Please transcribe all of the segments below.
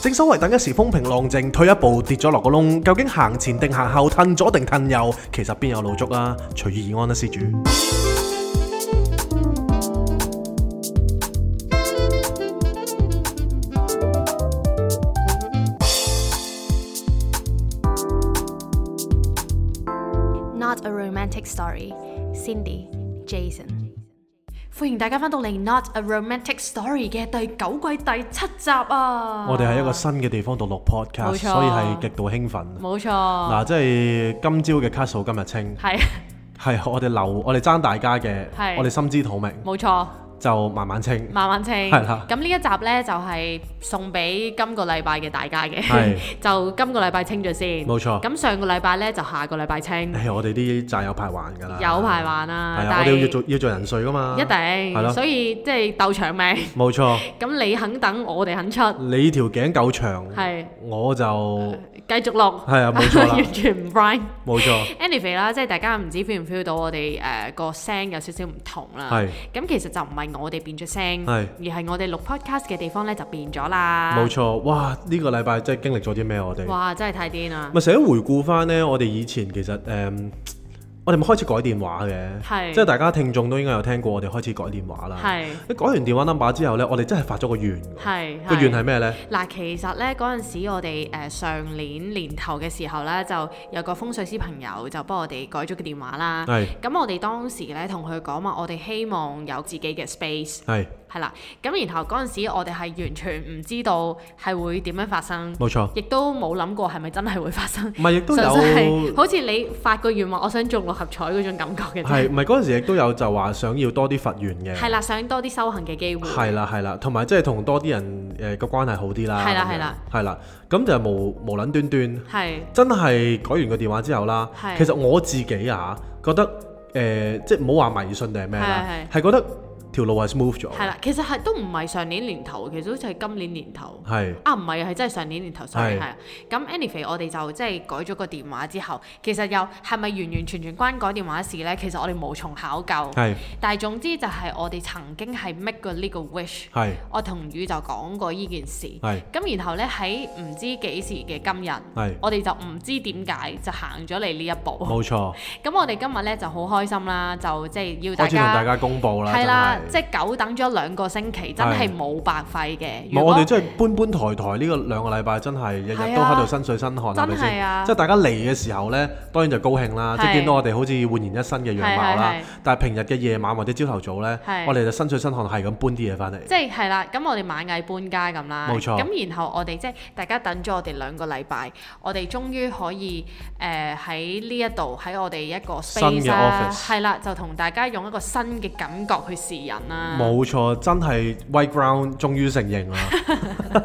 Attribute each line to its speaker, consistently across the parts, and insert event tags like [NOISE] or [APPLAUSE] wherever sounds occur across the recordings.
Speaker 1: 正所謂等一時風平浪靜，退一步跌咗落個窿，究竟行前定行後，褪左定褪右，其實邊有路捉啊？隨遇而安啦，施主。
Speaker 2: 嗯 Not a romantic story. Cindy, Jason。歡迎大家翻到嚟《Not a Romantic Story》嘅第九季第七集啊！
Speaker 1: 我哋喺一個新嘅地方度錄 podcast，
Speaker 2: 冇錯
Speaker 1: 所以係極度興奮。
Speaker 2: 冇錯，
Speaker 1: 嗱、即係今朝嘅卡數今日清，
Speaker 2: 係
Speaker 1: 係我哋留我哋爭大家嘅
Speaker 2: 係，
Speaker 1: 我哋心知肚明，
Speaker 2: 冇錯，
Speaker 1: 就慢慢清。
Speaker 2: 慢慢清。
Speaker 1: 係啦
Speaker 2: 咁呢一集呢，就係、送俾今個禮拜嘅大家嘅
Speaker 1: 係，
Speaker 2: [LAUGHS] 就今個禮拜清咗先。
Speaker 1: 冇錯
Speaker 2: 咁上個禮拜呢，就下個禮拜清，
Speaker 1: 唉，我哋啲債有排還㗎啦，
Speaker 2: 有排玩啦。
Speaker 1: 係啊，
Speaker 2: 但
Speaker 1: 我
Speaker 2: 係
Speaker 1: 哋要做要做人税㗎嘛，
Speaker 2: 一
Speaker 1: 係
Speaker 2: 定，
Speaker 1: 咯
Speaker 2: 所以即係鬥長命。 [LAUGHS]
Speaker 1: 冇錯。
Speaker 2: 咁你肯等，我哋肯出，
Speaker 1: 你條頸夠長，
Speaker 2: 係
Speaker 1: 我就係
Speaker 2: 繼續錄。
Speaker 1: 啊，冇錯啦，
Speaker 2: [LAUGHS] 完全唔 rhyme。
Speaker 1: 冇錯，
Speaker 2: anyway 啦，即係大家唔知 feel 唔 feel 到我哋誒個聲有少少唔同啦。
Speaker 1: 係
Speaker 2: 咁其實就唔係我哋變咗聲，
Speaker 1: 係
Speaker 2: 而係我哋錄 podcast 嘅地方咧就變咗啦。
Speaker 1: 冇錯。哇！呢、個禮拜真係經歷咗啲咩？我哋
Speaker 2: 哇！真係太癲啦！
Speaker 1: 咪成日回顧翻呢。我哋以前其實誒、嗯我哋咪開始改電話嘅，
Speaker 2: 係
Speaker 1: 即係大家聽眾都應該有聽過，我哋開始改電話啦。
Speaker 2: 係
Speaker 1: 你改完電話 number 之後呢，我哋真係發咗個願㗎，
Speaker 2: 係
Speaker 1: 個願係咩呢？
Speaker 2: 嗱，其實咧嗰陣時，我哋誒、呃上年年頭嘅時候咧，就有個風水師朋友就幫我哋改咗個電話啦。
Speaker 1: 係
Speaker 2: 咁我哋當時咧同佢講話，我哋希望有自己嘅 space
Speaker 1: 係
Speaker 2: 係啦。咁然後嗰陣時，我哋係完全唔知道係會點樣發生，
Speaker 1: 冇
Speaker 2: [LAUGHS]
Speaker 1: 錯，
Speaker 2: 亦都冇諗過係咪真係會發生。
Speaker 1: 唔係亦都
Speaker 2: 純粹係
Speaker 1: 有
Speaker 2: 好似你發個願望，我想中六合彩嗰種感覺嘅
Speaker 1: 係
Speaker 2: 啫。
Speaker 1: 唔係嗰陣時亦都有就話想要多啲佛緣嘅。
Speaker 2: 係啦，想多啲修行嘅機會。
Speaker 1: 係啦係啦，同埋即係同多啲人誒個關係好啲啦。
Speaker 2: 係啦
Speaker 1: 咁樣
Speaker 2: 係啦，
Speaker 1: 係啦，咁就無無撚端端，
Speaker 2: 係
Speaker 1: 真係改完個電話之後啦。
Speaker 2: 係
Speaker 1: 其實我自己啊，覺得誒、呃即係唔好話迷信定係咩啦，係覺得條路係 smooth 咗。
Speaker 2: 係啦，其實係都唔係上年年頭，其實好似係今年年頭。
Speaker 1: 係
Speaker 2: 啊，唔係啊，係真係上年年頭 sorry
Speaker 1: 係
Speaker 2: 係啊。咁 anyway，我哋就即係改咗個電話之後，其實又係咪完完全全關改電話事呢？其實我哋無從考究。
Speaker 1: 係
Speaker 2: 但係總之就係我哋曾經係 make 過呢個 wish，
Speaker 1: 係
Speaker 2: 我同宇就講過呢件事。
Speaker 1: 係
Speaker 2: 咁然後呢，喺唔知幾時嘅今
Speaker 1: 係
Speaker 2: 日，我哋就唔知點解就行咗嚟呢一步。
Speaker 1: 冇錯，
Speaker 2: 咁我哋今日呢就好開心啦，就即係要大
Speaker 1: 開始同大
Speaker 2: 家。
Speaker 1: 家公佈啦，
Speaker 2: 係啦，即
Speaker 1: 真係。
Speaker 2: 係久等咗兩個星期，真係
Speaker 1: 係
Speaker 2: 冇白費嘅。
Speaker 1: 唔係
Speaker 2: 如
Speaker 1: 我
Speaker 2: 果
Speaker 1: 哋真係搬搬抬抬呢個兩個禮拜，真係日日
Speaker 2: 係啊
Speaker 1: 都喺度身水身汗，係咪
Speaker 2: 真係啊
Speaker 1: 先？即係大家嚟嘅時候呢，當然就高興啦，即係
Speaker 2: 係
Speaker 1: 見到我哋好似煥然一新嘅樣貌啦
Speaker 2: 係係係。
Speaker 1: 但係平日嘅夜晚或者朝頭早呢，
Speaker 2: 係
Speaker 1: 我哋就身水身汗係咁搬啲嘢翻嚟。
Speaker 2: 即係係啦，咁我哋螞蟻搬家咁啦，
Speaker 1: 冇錯
Speaker 2: 咁然後我哋即係大家等咗我哋兩個禮拜，我哋終於可以誒喺呢一度喺我哋一個
Speaker 1: 新嘅
Speaker 2: space 啦，
Speaker 1: office
Speaker 2: 係啦，就同大家用一個新嘅感覺去示人啦。
Speaker 1: 冇錯，真係 White Ground 終於承認
Speaker 2: [LAUGHS]
Speaker 1: 啦！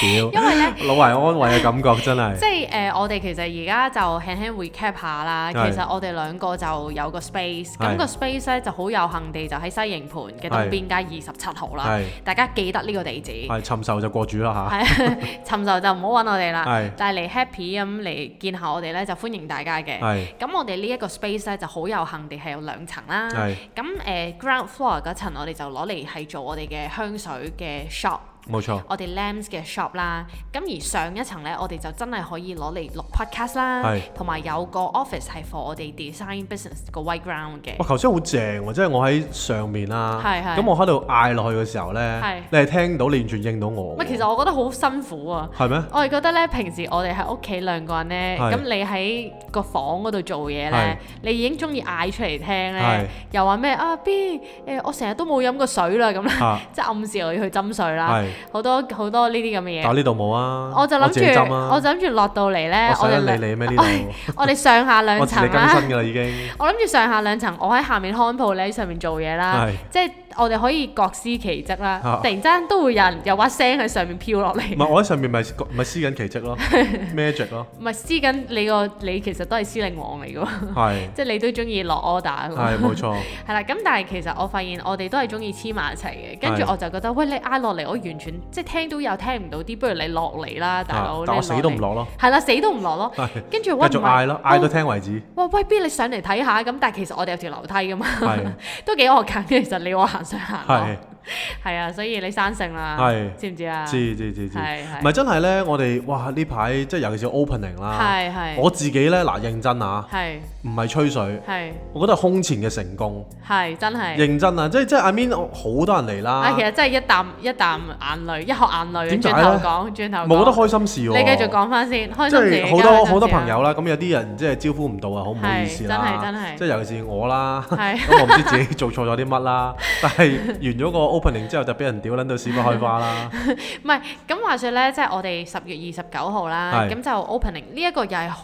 Speaker 2: 因為咧。
Speaker 1: 屌，老懷安慰嘅感覺真係
Speaker 2: 即係誒、呃我哋其實而家就輕輕 recap 下啦。其
Speaker 1: 係
Speaker 2: 實我哋兩個就有個 space，
Speaker 1: 係
Speaker 2: 咁個 space 咧就好有幸地就喺西營盤嘅東邊街二十七號啦
Speaker 1: 係。
Speaker 2: 大家記得呢個地址。
Speaker 1: 係尋仇就過主啦
Speaker 2: 係 [LAUGHS] 尋仇就唔好揾我哋啦
Speaker 1: 係，
Speaker 2: 但係嚟 happy 咁嚟見下我哋咧，就歡迎大家嘅
Speaker 1: 嚇，。係
Speaker 2: 咁我哋呢一個 space 咧就好有幸地係有兩層啦。
Speaker 1: 係
Speaker 2: 咁誒、呃 ground floor 嗰層我哋就攞嚟係做我哋嘅香水嘅 shop，
Speaker 1: 冇錯，
Speaker 2: 我哋 lamps 嘅 shop 啦。咁而上一層咧，我哋就真係可以攞嚟錄 podcast 啦
Speaker 1: 係，
Speaker 2: 同埋有個 office 係 for 我哋 design business 個 white ground 嘅
Speaker 1: 哇！。頭先好正喎，即係我喺上面啦，
Speaker 2: 係係
Speaker 1: 咁我喺度嗌落去嘅時候呢
Speaker 2: 係，
Speaker 1: 你係聽到，你完全應到我
Speaker 2: 喂，
Speaker 1: 喎。
Speaker 2: 其實我覺得好辛苦啊！
Speaker 1: 係咩？
Speaker 2: 我係覺得咧，平時我哋喺屋企兩個人咧，
Speaker 1: 係
Speaker 2: 咁你喺個房嗰度做嘢
Speaker 1: 係
Speaker 2: 咧，你已經中意嗌出嚟聽
Speaker 1: 係
Speaker 2: 咧，又話咩啊 B，誒、我成日都冇飲過水啦咁啦，
Speaker 1: 嚇，
Speaker 2: [LAUGHS] 即係暗示我要去斟水啦，
Speaker 1: 啊係，
Speaker 2: 好多好多呢啲咁嘅
Speaker 1: 但
Speaker 2: 嘢。
Speaker 1: 呢度冇啊，
Speaker 2: 我就諗
Speaker 1: 自己
Speaker 2: 住
Speaker 1: 斟，啊
Speaker 2: 我就諗住落到嚟咧，
Speaker 1: 我
Speaker 2: 我
Speaker 1: 使得
Speaker 2: 哋兩
Speaker 1: 理你咩呢
Speaker 2: 哎
Speaker 1: 度？
Speaker 2: 我哋上下兩
Speaker 1: 我自力
Speaker 2: 層
Speaker 1: 更
Speaker 2: 啦
Speaker 1: 生。㗎啦已經。
Speaker 2: [LAUGHS] 我諗住上下兩層，我喺下面看鋪，你喺上面做嘢啦
Speaker 1: 係，
Speaker 2: 即係我哋可以各司其職啦。
Speaker 1: 啊
Speaker 2: 突然之間都會有人有把聲喺上面飄落嚟
Speaker 1: 唔。係我喺上面咪咪施緊奇蹟
Speaker 2: [LAUGHS]
Speaker 1: 咯，magic 咯，
Speaker 2: 唔係私緊你個你其實都係司令王嚟嘅喎， [LAUGHS]
Speaker 1: 係
Speaker 2: 即係你都中意落 order 嘅喎。
Speaker 1: 係冇錯，
Speaker 2: [LAUGHS] 係啦，咁但係其實我發現我哋都係中意黐埋一齊嘅，跟住
Speaker 1: 係
Speaker 2: 我就覺得喂你嗌落嚟，我完全即係聽到有聽唔到啲，不如你落嚟啦，大佬。
Speaker 1: 啊但我
Speaker 2: 你
Speaker 1: 死都唔
Speaker 2: 嚟。
Speaker 1: 落咯，
Speaker 2: 係啦，死都唔落咯。
Speaker 1: 係
Speaker 2: 跟住
Speaker 1: 繼
Speaker 2: 喂
Speaker 1: 續嗌咯，嗌到
Speaker 2: 喂
Speaker 1: 聽為止，
Speaker 2: 喂哦喂 B 你 [LAUGHS] 上嚟睇下咁，但係其實我哋有條樓梯噶嘛，
Speaker 1: 係
Speaker 2: 都幾惡近嘅。其實你話行上行落
Speaker 1: 係。
Speaker 2: 係啊，所以你生性啦，
Speaker 1: 係
Speaker 2: 知唔知啊？
Speaker 1: 知知知知，
Speaker 2: 係係
Speaker 1: 唔係真係咧，我哋哇呢排即係尤其是 opening 啦，
Speaker 2: 係係
Speaker 1: 啊我自己咧嗱認真啊，
Speaker 2: 係
Speaker 1: 唔係吹水，
Speaker 2: 係
Speaker 1: 我覺得係空前嘅成功，
Speaker 2: 係真係。
Speaker 1: 認真啊，即係即係 I mean 好多人嚟
Speaker 2: 啊，
Speaker 1: 啦
Speaker 2: 其，實真係一啖一啖眼淚，一殼眼淚。啊
Speaker 1: 點解
Speaker 2: 轉
Speaker 1: 呢
Speaker 2: 頭講，轉頭
Speaker 1: 冇得
Speaker 2: 講。
Speaker 1: 開心事喎，
Speaker 2: 你繼續講翻先，開
Speaker 1: 即
Speaker 2: 心自
Speaker 1: 係
Speaker 2: 己
Speaker 1: 好
Speaker 2: 加開
Speaker 1: 多
Speaker 2: 心啊
Speaker 1: 好多
Speaker 2: 自己
Speaker 1: 朋友啦，咁有啲人即係招呼唔到啊，好唔好意思啦，
Speaker 2: 係真係真係
Speaker 1: 即係尤其是我啦，[LAUGHS]
Speaker 2: 係
Speaker 1: 咁我唔知自己做錯咗啲乜啦， [LAUGHS] 但係完咗個 opening 之後就俾人屌撚到屎不開花
Speaker 2: [LAUGHS]
Speaker 1: 啦，
Speaker 2: 唔係，咁話說咧，即係我哋十月二十九號啦，
Speaker 1: 係
Speaker 2: 咁就 opening 呢一個又係好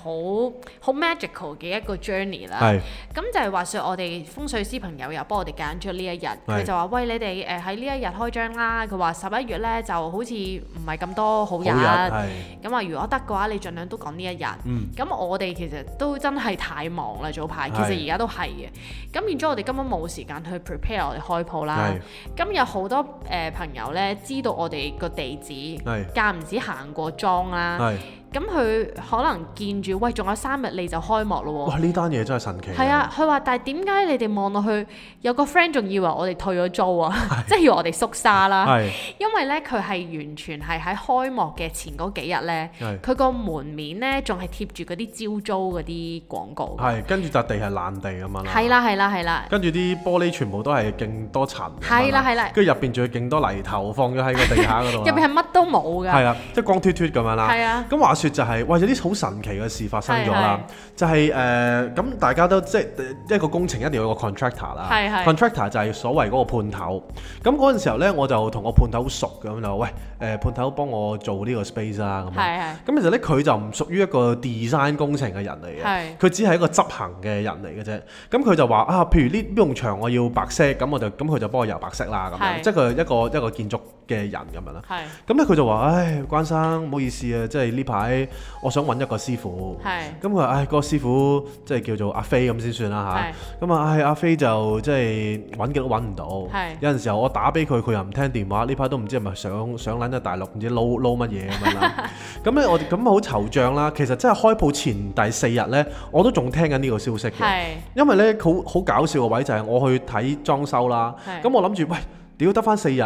Speaker 2: 好 magical 嘅一個 journey 啦。
Speaker 1: 係
Speaker 2: 咁就係話說，我哋風水師朋友又幫我哋揀咗呢一日，佢
Speaker 1: 係
Speaker 2: 就話：喂，你哋誒喺呢一日開張啦。佢話十一月咧就好似唔係咁多
Speaker 1: 好
Speaker 2: 好日，
Speaker 1: 日係
Speaker 2: 咁話如果得嘅話，你盡量都講呢一日。
Speaker 1: 嗯
Speaker 2: 咁、我哋其實都真係太忙啦，早排其
Speaker 1: 係
Speaker 2: 實而家都係嘅。咁變咗我哋根本冇時間去 prepare 我哋開鋪啦
Speaker 1: 係。
Speaker 2: 咁有好多誒、呃朋友咧知道我哋個地址，
Speaker 1: 係
Speaker 2: 間唔止行過莊啦。
Speaker 1: 係，
Speaker 2: 咁佢可能見住，喂，仲有三日你就開幕咯喎。
Speaker 1: 哇呢單嘢真係神奇，
Speaker 2: 係啊，佢話：但係點解你哋望落去有個 friend 仲以為我哋退咗租啊？ [LAUGHS] 即係以為我哋縮沙啦。
Speaker 1: 係，
Speaker 2: 因為咧，佢係完全係喺開幕嘅前嗰幾日咧
Speaker 1: 係，
Speaker 2: 佢個門面咧仲係貼住嗰啲招租嗰啲廣告。
Speaker 1: 係啊跟住笪地係爛地咁樣啦，
Speaker 2: 係啦，係啦，係啦，
Speaker 1: 跟住啲玻璃全部都係勁多塵，
Speaker 2: 係啦，，係啦，
Speaker 1: 跟住入邊仲有勁多泥頭放咗喺個地下嗰度
Speaker 2: 入
Speaker 1: 啦，
Speaker 2: 邊 [LAUGHS] 係乜都冇
Speaker 1: 係
Speaker 2: 㗎。
Speaker 1: 啦，啊即係光脱脱咁樣啦。
Speaker 2: 係啊
Speaker 1: 咁話說就係、哇，有啲好神奇嘅事發生咗啦。就係、呃誒，咁、大家都即係呃一個工程一定要有個 contractor 啦。
Speaker 2: 係係
Speaker 1: contractor 就係所謂嗰個判頭。咁嗰陣時候咧，我就同我判頭好熟咁就喂誒、呃判頭幫我做呢個 space 啦咁樣。
Speaker 2: 係啊係
Speaker 1: 咁其實咧，佢就唔屬於一個 design 工程嘅人嚟嘅
Speaker 2: 係，
Speaker 1: 佢只係一個執行嘅人嚟嘅啫。咁佢就話啊，譬如呢呢埲牆我要白色，咁我就咁佢就幫我油白色啦，咁樣
Speaker 2: 係
Speaker 1: 即係佢係一個一個建築嘅人咁樣啦。
Speaker 2: 係
Speaker 1: 咁咧佢就話：唉，關生，唔好意思啊，即係呢排我想揾一個師傅。
Speaker 2: 係
Speaker 1: 咁佢話：唉，個師傅即係叫做阿飛咁先算啦
Speaker 2: 係
Speaker 1: 吓，咁啊，唉，阿飛就即係揾極都揾唔到
Speaker 2: 係。
Speaker 1: 有陣時候我打俾佢，佢又唔聽電話。呢排都唔知係咪上上撚咗大陸，唔知撈撈乜嘢咁樣啦。咁咧我哋咁好惆悵啦。其實真係開鋪前第四日咧，我都仲聽緊呢個消息嘅。
Speaker 2: 係
Speaker 1: 因為咧好好搞笑嘅位就係我去睇裝修啦，
Speaker 2: 係
Speaker 1: 咁我諗住喂，屌得翻四日。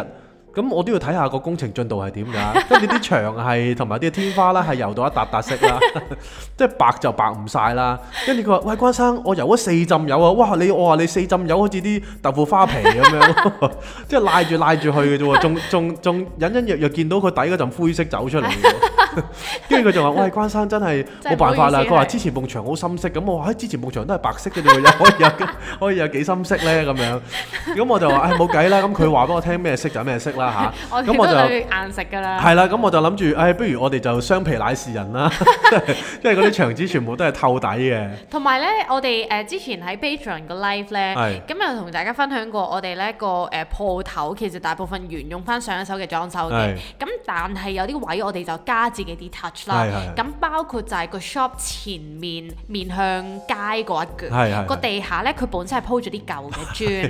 Speaker 1: 咁我都要睇下個工程進度係點
Speaker 2: [LAUGHS]
Speaker 1: 㗎，跟住啲牆係同埋啲天花啦，係油到一笪笪色啦， [LAUGHS] 即係白就白唔晒啦。跟住佢話：喂，關生，我油咗四浸油啊！哇，你我話你四浸油好似啲豆腐花皮咁樣， [LAUGHS] 即係拉住拉住去嘅啫喎，仲仲仲隱隱約約見到佢底嗰陣灰色走出嚟喎。
Speaker 2: [LAUGHS]
Speaker 1: 跟住佢就話：喂，關生真係
Speaker 2: 真係
Speaker 1: 冇
Speaker 2: 唔好
Speaker 1: 辦
Speaker 2: 意思
Speaker 1: 法啦。佢話
Speaker 2: 係
Speaker 1: 之前埲牆好深色，咁我話：唉哎之前埲牆都係白色嘅啫喎，又可以有 [LAUGHS] 可以有幾深色咧？咁樣，咁我就話：唉，冇計啦。咁佢話俾我聽咩色就咩色啦吓，
Speaker 2: [LAUGHS] 我哋
Speaker 1: 咁
Speaker 2: 都
Speaker 1: 我
Speaker 2: 係
Speaker 1: 就。
Speaker 2: 硬食㗎啦。
Speaker 1: 係啦，咁我就諗住，唉，不如我哋就雙皮奶示人啦， [LAUGHS] 因為嗰啲牆紙全部都係透底嘅，
Speaker 2: 同埋咧，我哋誒、呃之前喺 Patreon 個 live 咧
Speaker 1: 係，
Speaker 2: 咁又同大家分享過我哋咧個誒鋪頭其實大部分沿用翻上一手嘅裝修嘅
Speaker 1: 係，
Speaker 2: 咁但係有啲位我哋就加自己啲 touch 啦
Speaker 1: 係係係。
Speaker 2: 咁包括就係個 shop 前面面向街嗰一
Speaker 1: 係係
Speaker 2: 橛，個
Speaker 1: 係
Speaker 2: 地下咧佢本身係鋪咗啲舊嘅 磚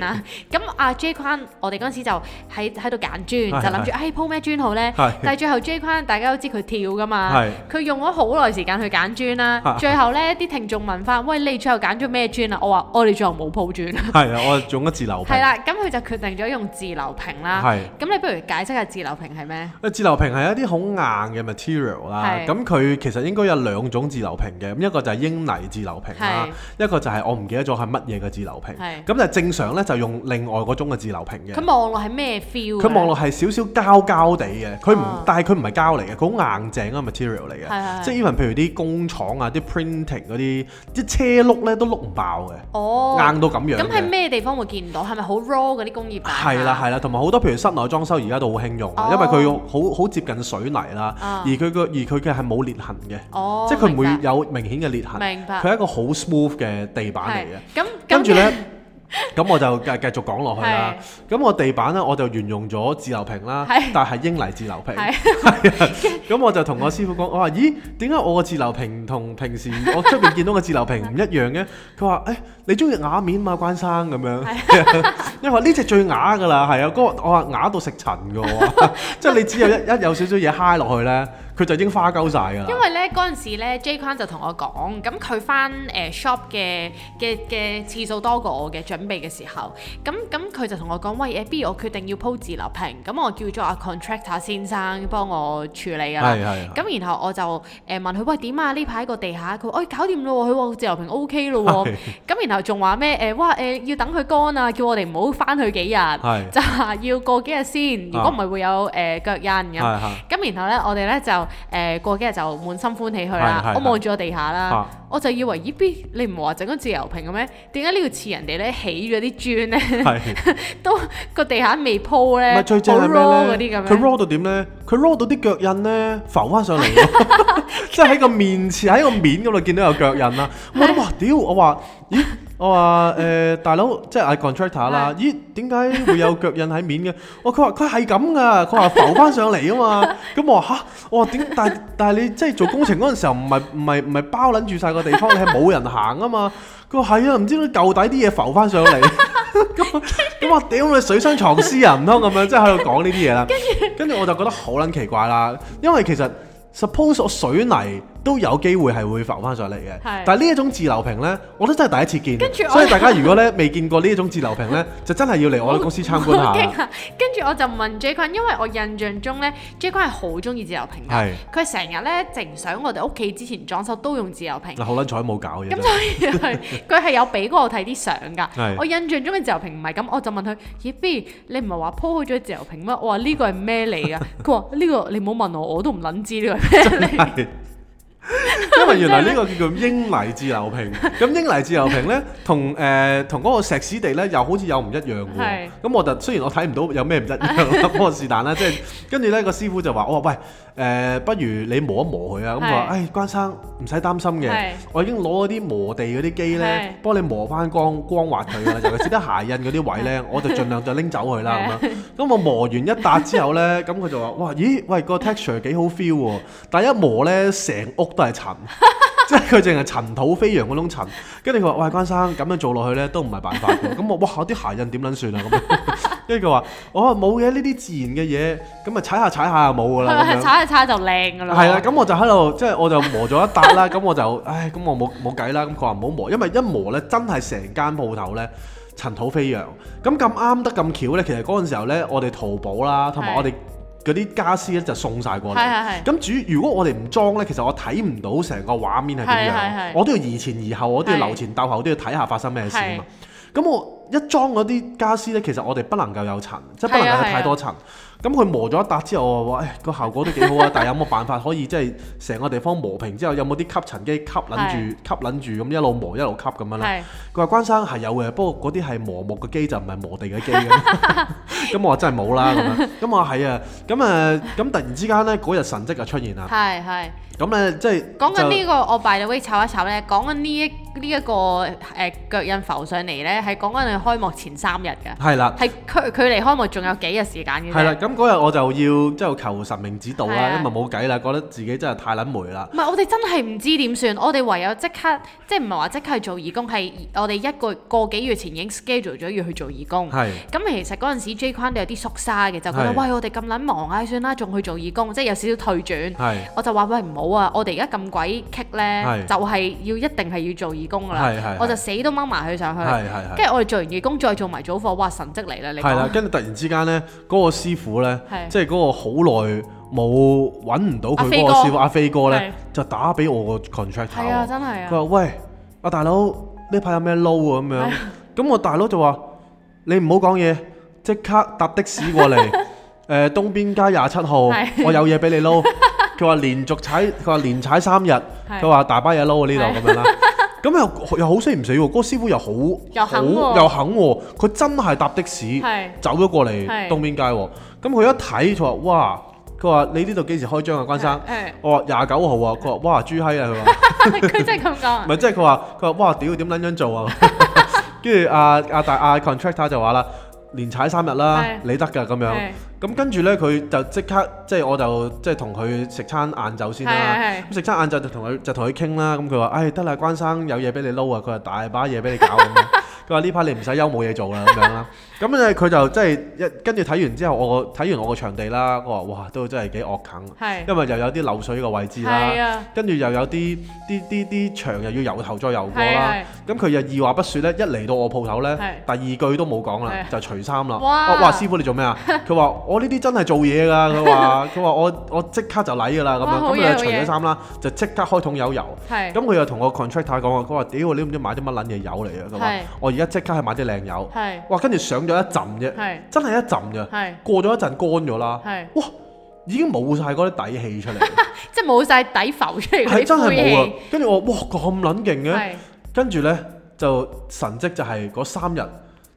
Speaker 1: [LAUGHS]
Speaker 2: 啦。咁阿 J 框我哋嗰陣時就喺喺度揀磚，
Speaker 1: 係
Speaker 2: 就諗住哎
Speaker 1: 係
Speaker 2: 誒鋪咩磚好咧
Speaker 1: 係。
Speaker 2: 但係最後 J 框大家都知佢跳噶嘛
Speaker 1: 係，。
Speaker 2: 啊佢用咗好耐時間去揀磚啦
Speaker 1: 啊
Speaker 2: 最後咧，啲聽眾問翻：喂，你最後揀咗咩磚啊？我話：我哋最後冇鋪磚。
Speaker 1: [LAUGHS] 係啊，我用一字樓平
Speaker 2: 係，啦，咁佢就決定咗用自流平啦。
Speaker 1: 係
Speaker 2: 咁你不如解釋下自流平係咩？
Speaker 1: 誒自流平係一啲好硬嘅 material 啦，
Speaker 2: 係
Speaker 1: 咁佢其實應該有兩種自流平嘅，咁一個就係英泥自流平啦，一個就係我唔記得咗係乜嘢嘅自流平，
Speaker 2: 係
Speaker 1: 咁但係正常咧就用另外嗰種嘅自流平
Speaker 2: 佢
Speaker 1: 嘅，
Speaker 2: 望落係咩 feel？
Speaker 1: 佢望落係少少膠膠地嘅，佢唔、
Speaker 2: 啊
Speaker 1: 但係佢唔係膠嚟嘅，佢好硬淨嘅 material 嚟
Speaker 2: 係係
Speaker 1: 嘅，
Speaker 2: 係
Speaker 1: 即係 even 譬如啲工廠啊、啲 printing 嗰啲，啲車碌咧都碌唔爆嘅，
Speaker 2: 哦，
Speaker 1: 硬到咁樣嘅。
Speaker 2: 咁喺咩地方會見到？係咪好 raw 嗰啲工業板啊？
Speaker 1: 係啦，係啦，同埋好多譬如室內裝修而家都好興用啊，因為佢
Speaker 2: 哦
Speaker 1: 好好接近水泥啦，
Speaker 2: 啊
Speaker 1: 而佢個而佢嘅係冇裂痕嘅，
Speaker 2: 哦，
Speaker 1: 即係佢唔會
Speaker 2: 明白
Speaker 1: 有明顯嘅裂痕，
Speaker 2: 明白
Speaker 1: 佢係一個好 smooth 嘅地板嚟嘅。
Speaker 2: 係咁
Speaker 1: 跟住呢
Speaker 2: 咁，
Speaker 1: 咁我就繼繼續講落去啦。咁我地板呢，我就沿用咗自流平啦
Speaker 2: 係，
Speaker 1: 但係英泥自流平。
Speaker 2: 係
Speaker 1: [LAUGHS] 咁我就同我師傅講，我話：咦，點解我個自流平同平時我出邊見到個自流平唔一樣嘅？佢話：誒、你中意啞面嘛，關生咁樣。 [LAUGHS] 因為話呢只最啞㗎啦，係啊，嗰、個我話啞到食 [LAUGHS] 塵㗎喎，即係你只有一一有少少嘢嗨落去咧，佢就已經花鳩晒㗎啦
Speaker 2: 因。為咧係嗰陣時咧，J 框就同我講，咁佢翻誒 shop 嘅嘅嘅次數多過我嘅準備嘅時候，咁咁佢就同我講，喂誒，B 我決定要鋪自立屏，咁我叫咗阿 contractor 先生幫我處理㗎啦
Speaker 1: 係係係。
Speaker 2: 咁然後我就誒、呃、問佢喂點啊？呢排個地下佢話：哎搞掂咯喎，佢話個自由平 O K 咯喎
Speaker 1: 係。
Speaker 2: 咁然後仲話咩誒？哇誒、呃要等佢乾啊，叫我哋唔好翻去幾日，
Speaker 1: 係啊
Speaker 2: 就話要過幾日先。如果唔係會有誒、呃、腳印咁。
Speaker 1: 係係
Speaker 2: 咁然後咧，我哋咧就誒、呃、過幾日就滿心歡喜去
Speaker 1: 係
Speaker 2: 啦
Speaker 1: 係。
Speaker 2: 我望住個地下啦
Speaker 1: 啊，
Speaker 2: 我就以為咦 B 你唔係話整咗自由平嘅咩？點解呢度似人哋咧起咗啲磚咧，
Speaker 1: 係。
Speaker 2: [LAUGHS] 都個地下未鋪
Speaker 1: 唔
Speaker 2: 咧，
Speaker 1: 係最正係
Speaker 2: 好 raw
Speaker 1: 咩
Speaker 2: 嗰啲
Speaker 1: 咧？
Speaker 2: 咁
Speaker 1: 佢
Speaker 2: 樣。 [LAUGHS]
Speaker 1: raw 到點咧？佢 raw 到啲腳印咧浮翻上嚟喎，
Speaker 2: [LAUGHS]
Speaker 1: 即係喺個面前喺個面嗰度見到有腳印啦。我諗哇屌！我話咦，我話誒、呃大佬即係嗌 contractor 啦。咦，點解會有腳印喺面
Speaker 2: [LAUGHS]
Speaker 1: 嘅？我佢話佢係咁噶，佢話浮翻上嚟啊嘛。咁我話吓，我話點？但係但係你即係做工程嗰陣時候，唔係唔係唔係包撚住晒個地方，你係冇人行啊嘛。佢話係啊，唔知點解舊底啲嘢浮翻上嚟。咁我屌你水箱藏屍人唔通咁樣，即係喺度講呢啲嘢啦。跟住我就覺得好撚奇怪啦，因為其實 suppose 我水泥都有機會係會浮翻上嚟
Speaker 2: 係
Speaker 1: 嘅，但係呢一種自流平呢，我都真係第一次見。
Speaker 2: 跟住我
Speaker 1: 所以大家如果呢未見過呢一種自流平呢，就真係要嚟我哋公司參觀
Speaker 2: 好
Speaker 1: 下
Speaker 2: 驚
Speaker 1: 啦。
Speaker 2: 啊！跟住我就問 J 君，因為我印象中咧，J 君係好中意自由平嘅
Speaker 1: 係，
Speaker 2: 佢成日咧淨想我哋屋企之前裝修都用自由平。
Speaker 1: 嗱，好撚彩冇搞嘢
Speaker 2: 咁
Speaker 1: 真係。
Speaker 2: 所以佢佢係有俾過我睇啲相㗎
Speaker 1: 係。
Speaker 2: 我印象中嘅自由屏唔係咁，我就問佢：咦，B，你唔係話鋪好咗自由屏咩？我話呢個係咩嚟
Speaker 1: [LAUGHS]
Speaker 2: 㗎？佢話呢個你唔好問我，我都唔撚知呢個係咩嚟。
Speaker 1: 係因為原來呢個叫做英泥自流
Speaker 2: [LAUGHS]
Speaker 1: 平，咁英泥自流平呢，同誒同嗰個石屎地呢，又好似有唔一樣嘅
Speaker 2: 係
Speaker 1: 喎。咁我就雖然我睇唔到有咩唔一樣
Speaker 2: [LAUGHS]
Speaker 1: 啦，不過是但啦，即係跟住呢個師傅就話：我話喂誒、呃不如你磨一磨佢啊。咁佢
Speaker 2: 係
Speaker 1: 話：誒關生唔使擔心
Speaker 2: 係
Speaker 1: 嘅，我已經攞嗰啲磨地嗰啲機呢
Speaker 2: 係，
Speaker 1: 幫你磨翻光光滑佢㗎啦。尤其是啲鞋印嗰啲位呢，我就盡量就拎走佢啦咁樣。咁我磨完一笪之後呢， [LAUGHS] 咁佢就話：哇，咦，喂，個 texture 幾好 feel 喎！但一磨呢，成屋都係塵， [LAUGHS] 即係佢淨係塵土飛揚嗰種塵。跟住佢話：喂，關生，咁樣做落去呢都唔係辦法嘅。咁我哇，啲鞋印點撚算啊？咁樣跟住佢話：哦，冇嘅，呢啲自然嘅嘢，咁咪踩下踩下就冇㗎
Speaker 2: [LAUGHS]
Speaker 1: 啦。咁
Speaker 2: 佢
Speaker 1: 樣
Speaker 2: 踩一踩就靚㗎啦。
Speaker 1: 係啦，咁我就喺度，即係我就磨咗一笪
Speaker 2: [LAUGHS]
Speaker 1: 啦，咁我就，唉，咁我冇冇計啦，咁佢話唔好磨，因為一磨呢，真係成間鋪頭呢，塵土飛揚。咁咁啱得咁巧呢，其實嗰陣時候呢，我哋淘寶啦，同
Speaker 2: 係
Speaker 1: 埋我哋嗰啲家私呢，就送晒過
Speaker 2: 係係係
Speaker 1: 嚟。咁主如果我哋唔裝呢，其實我睇唔到成個畫面係點
Speaker 2: 係係
Speaker 1: 樣，
Speaker 2: 係
Speaker 1: 我都要移前移後，我都
Speaker 2: 係
Speaker 1: 要留前鬥後，我都要睇下發生咩事啊嘛。咁我一裝嗰啲家私呢，其實我哋不能夠有塵，即係不能
Speaker 2: 係啊
Speaker 1: 夠有
Speaker 2: 係啊
Speaker 1: 太多塵。咁佢磨咗一笪之後，我話：，誒、個效果都幾好啊！但係有冇辦法可以即係成個地方磨平之後，有冇啲吸塵機吸撚住、吸撚住咁一路磨一路吸咁樣啦？
Speaker 2: 係
Speaker 1: 佢話關生係有嘅，不過嗰啲係磨木嘅機就唔係磨地嘅
Speaker 2: [LAUGHS]
Speaker 1: 機咁。咁我話真係冇啦咁樣。咁我話係啊，咁誒咁突然之間呢，嗰日神跡就出現啦。
Speaker 2: 係係。
Speaker 1: 咁咧即係
Speaker 2: 講緊
Speaker 1: 就
Speaker 2: 呢個我 by the way 炒一炒咧，講緊呢一呢一個誒腳印浮上嚟咧，係講緊佢開幕前三日㗎，
Speaker 1: 係啦。
Speaker 2: 係距距離開幕仲有幾日時間嘅啫。
Speaker 1: 係啦，咁嗰日我就要即係求神明指導
Speaker 2: 係啊
Speaker 1: 啦，因為冇計啦，覺得自己真係太撚霉啦。
Speaker 2: 唔係，我哋真係唔知點算，我哋唯有即刻，即係唔係話即刻去做義工，係我哋一個個幾月前已經 schedule 咗要去做義工。
Speaker 1: 係
Speaker 2: 咁其實嗰陣時 J 框都有啲縮沙嘅，就覺得
Speaker 1: 係
Speaker 2: 喂我哋咁撚忙，唉算啦，仲去做義工，即係有少少退轉。
Speaker 1: 係
Speaker 2: 我就話喂唔好啊！我哋而家咁鬼棘呢，
Speaker 1: 係
Speaker 2: 就係要一定係要做義工噶
Speaker 1: 係
Speaker 2: 啦
Speaker 1: 係，
Speaker 2: 我就死都掹埋佢上去。
Speaker 1: 係係係。
Speaker 2: 跟住我哋做完義工再做埋早課，哇神蹟嚟啦！你
Speaker 1: 係啦
Speaker 2: 講，
Speaker 1: 跟住突然之間呢，嗰、個師傅呢，
Speaker 2: 係
Speaker 1: 即係嗰個好耐冇揾唔到
Speaker 2: 阿
Speaker 1: 佢
Speaker 2: 飛
Speaker 1: 嗰個
Speaker 2: 哥
Speaker 1: 師傅阿飛哥呢
Speaker 2: 係，
Speaker 1: 就打俾我個 contractor
Speaker 2: 係啊
Speaker 1: 喎。
Speaker 2: 真係
Speaker 1: 佢
Speaker 2: 啊，
Speaker 1: 話：喂，阿大佬呢排有咩撈啊？咁樣
Speaker 2: 係，
Speaker 1: 咁我大佬就話：你唔好講嘢，即刻搭的士
Speaker 2: [LAUGHS]
Speaker 1: 過嚟。誒、東邊街廿七號，
Speaker 2: 係
Speaker 1: 我有嘢俾你
Speaker 2: [LAUGHS]
Speaker 1: 撈。佢話連續踩，佢話連踩三日，佢話大把嘢撈啊呢度
Speaker 2: [LAUGHS]
Speaker 1: 咁樣啦。咁又又好死唔死喎，嗰、個師傅又好
Speaker 2: 又肯喎
Speaker 1: 好又肯喎，佢真係搭的士
Speaker 2: 係
Speaker 1: 走咗過嚟
Speaker 2: 係
Speaker 1: 東邊街喎。咁佢一睇佢話：哇！佢話你呢度幾時開張啊，關生？
Speaker 2: 係
Speaker 1: 我話廿九號啊。佢話：哇，豬閪啊！佢話。
Speaker 2: 佢真係咁講啊
Speaker 1: 唔，係，即係佢話佢話哇屌點撚樣做
Speaker 2: [LAUGHS]
Speaker 1: 啊！跟住阿阿大阿 contractor 就話啦，連踩三日啦
Speaker 2: 係，
Speaker 1: 你得㗎 [LAUGHS] 咁樣。
Speaker 2: 係
Speaker 1: 咁跟住呢，佢就即刻即係我就即係同佢食餐晏晝先啦
Speaker 2: 係係。
Speaker 1: 咁食餐晏
Speaker 2: [LAUGHS]
Speaker 1: 晝就同佢就同佢傾啦。咁佢話：唉得啦，關生有嘢俾你撈啊！佢話大把嘢俾你搞咁樣。佢話呢排你唔使休冇嘢做啦咁樣啦。咁咧佢就即係一跟住睇完之後，我個睇完我個場地啦，我話哇都真係幾惡啃，
Speaker 2: 係
Speaker 1: 因為又有啲漏水嘅位置
Speaker 2: 係
Speaker 1: 啦，
Speaker 2: 啊，
Speaker 1: 跟住又有啲啲啲啲牆又要由頭再由過
Speaker 2: 係
Speaker 1: 啦。
Speaker 2: 啊，
Speaker 1: 咁佢又二話不說咧，一嚟到我鋪頭咧，第
Speaker 2: 係
Speaker 1: 二句都冇講啦，
Speaker 2: 係
Speaker 1: 就除衫啦。
Speaker 2: 哇
Speaker 1: 我話師傅你做咩啊？佢話我呢啲真係做嘢㗎。佢
Speaker 2: [LAUGHS]
Speaker 1: 話佢話我我即刻就嚟㗎啦咁
Speaker 2: 哇
Speaker 1: 樣。
Speaker 2: 好
Speaker 1: 咁
Speaker 2: 嘢
Speaker 1: 佢就除
Speaker 2: 好嘢
Speaker 1: 咗衫啦，就即刻開桶有油。
Speaker 2: 係
Speaker 1: 咁佢又同個 contractor 講啊，佢話：屌你都唔知買啲乜撚嘢油嚟啊嘅，佢話
Speaker 2: 係
Speaker 1: 我而家即刻係買啲靚油，
Speaker 2: 係
Speaker 1: 哇！跟住上咗一陣啫，
Speaker 2: 係
Speaker 1: 真係一陣啫，
Speaker 2: 係
Speaker 1: 過咗一陣乾咗啦，
Speaker 2: 係，
Speaker 1: 哇！已經冇晒嗰啲底氣出嚟，
Speaker 2: 即係冇晒底浮出嚟嗰
Speaker 1: 係真
Speaker 2: 啲
Speaker 1: 係
Speaker 2: 灰
Speaker 1: 冇啊
Speaker 2: 氣，！
Speaker 1: 跟住我哇咁撚勁嘅，
Speaker 2: 係
Speaker 1: 跟住呢，就神跡就係嗰三日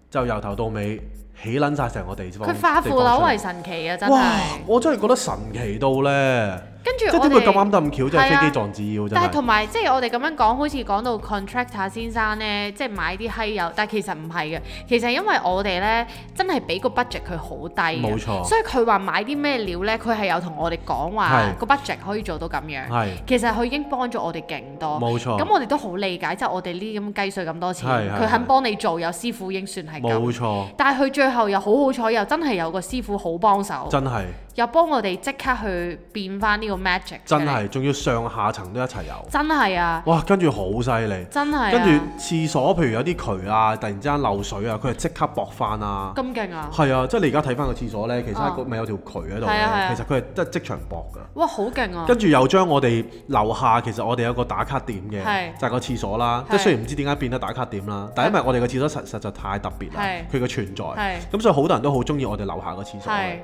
Speaker 1: 就由頭到尾起撚晒成個地方，
Speaker 2: 佢化
Speaker 1: 地
Speaker 2: 腐
Speaker 1: 方
Speaker 2: 朽
Speaker 1: 出嚟
Speaker 2: 為神奇啊！真
Speaker 1: 哇！
Speaker 2: 係，
Speaker 1: 我真係覺得神奇到呢，
Speaker 2: 跟
Speaker 1: 即
Speaker 2: 住
Speaker 1: 係
Speaker 2: 我
Speaker 1: 點會咁
Speaker 2: 哋。
Speaker 1: 啱得咁巧，即係
Speaker 2: 係啊
Speaker 1: 飛機撞紙鷂真
Speaker 2: 但係
Speaker 1: 係。
Speaker 2: 同埋即係我哋咁樣講，好似講到 contractor 先生呢，即係買啲閪油，但係其實唔係嘅，其實因為我哋呢，真係俾個 budget 佢好低嘅
Speaker 1: 冇錯
Speaker 2: 所以佢話買啲咩料呢，佢係有同我哋講話
Speaker 1: 係
Speaker 2: 個 budget 可以做到咁樣。
Speaker 1: 係
Speaker 2: 其實佢已經幫咗我哋勁多，
Speaker 1: 冇錯
Speaker 2: 咁我哋都好理解，即係我哋呢啲咁雞碎咁多錢，
Speaker 1: 係係
Speaker 2: 佢肯
Speaker 1: 係
Speaker 2: 幫你做，有師傅已經算係
Speaker 1: 冇
Speaker 2: 咁。
Speaker 1: 錯，
Speaker 2: 但係佢最後又好好彩，又真係有個師傅好幫手，
Speaker 1: 真係。
Speaker 2: 又幫我哋即刻去變翻呢個 magic 出嚟。
Speaker 1: 真係，仲要上下層都一齊有，
Speaker 2: 真係啊！
Speaker 1: 哇！跟住好犀利，
Speaker 2: 真係啊！
Speaker 1: 跟住廁所譬如有啲渠啊，突然之間漏水啊，佢係即刻駁翻啊，
Speaker 2: 咁勁啊！
Speaker 1: 係啊，即係你而家睇翻個廁所呢，其實係個
Speaker 2: 哦
Speaker 1: 咪有條渠喺度
Speaker 2: 係啊係啊
Speaker 1: 嘅，其實佢係真係即場駁噶。
Speaker 2: 哇，好勁啊！
Speaker 1: 跟住又將我哋樓下其實我哋有個打卡點
Speaker 2: 係
Speaker 1: 嘅，就係個廁所啦。
Speaker 2: 係
Speaker 1: 即係雖然唔知點解變得打卡點啦，但係因為我哋個廁所實實在太特別啦
Speaker 2: 係，
Speaker 1: 佢嘅存在，
Speaker 2: 係
Speaker 1: 咁所以好多人都好中意我哋樓下個廁所嘅。
Speaker 2: 係